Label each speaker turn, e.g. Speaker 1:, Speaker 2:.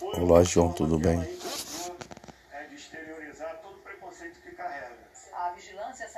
Speaker 1: Olá, João, tudo bem?
Speaker 2: É de exteriorizar todo o preconceito que carrega.
Speaker 3: A vigilância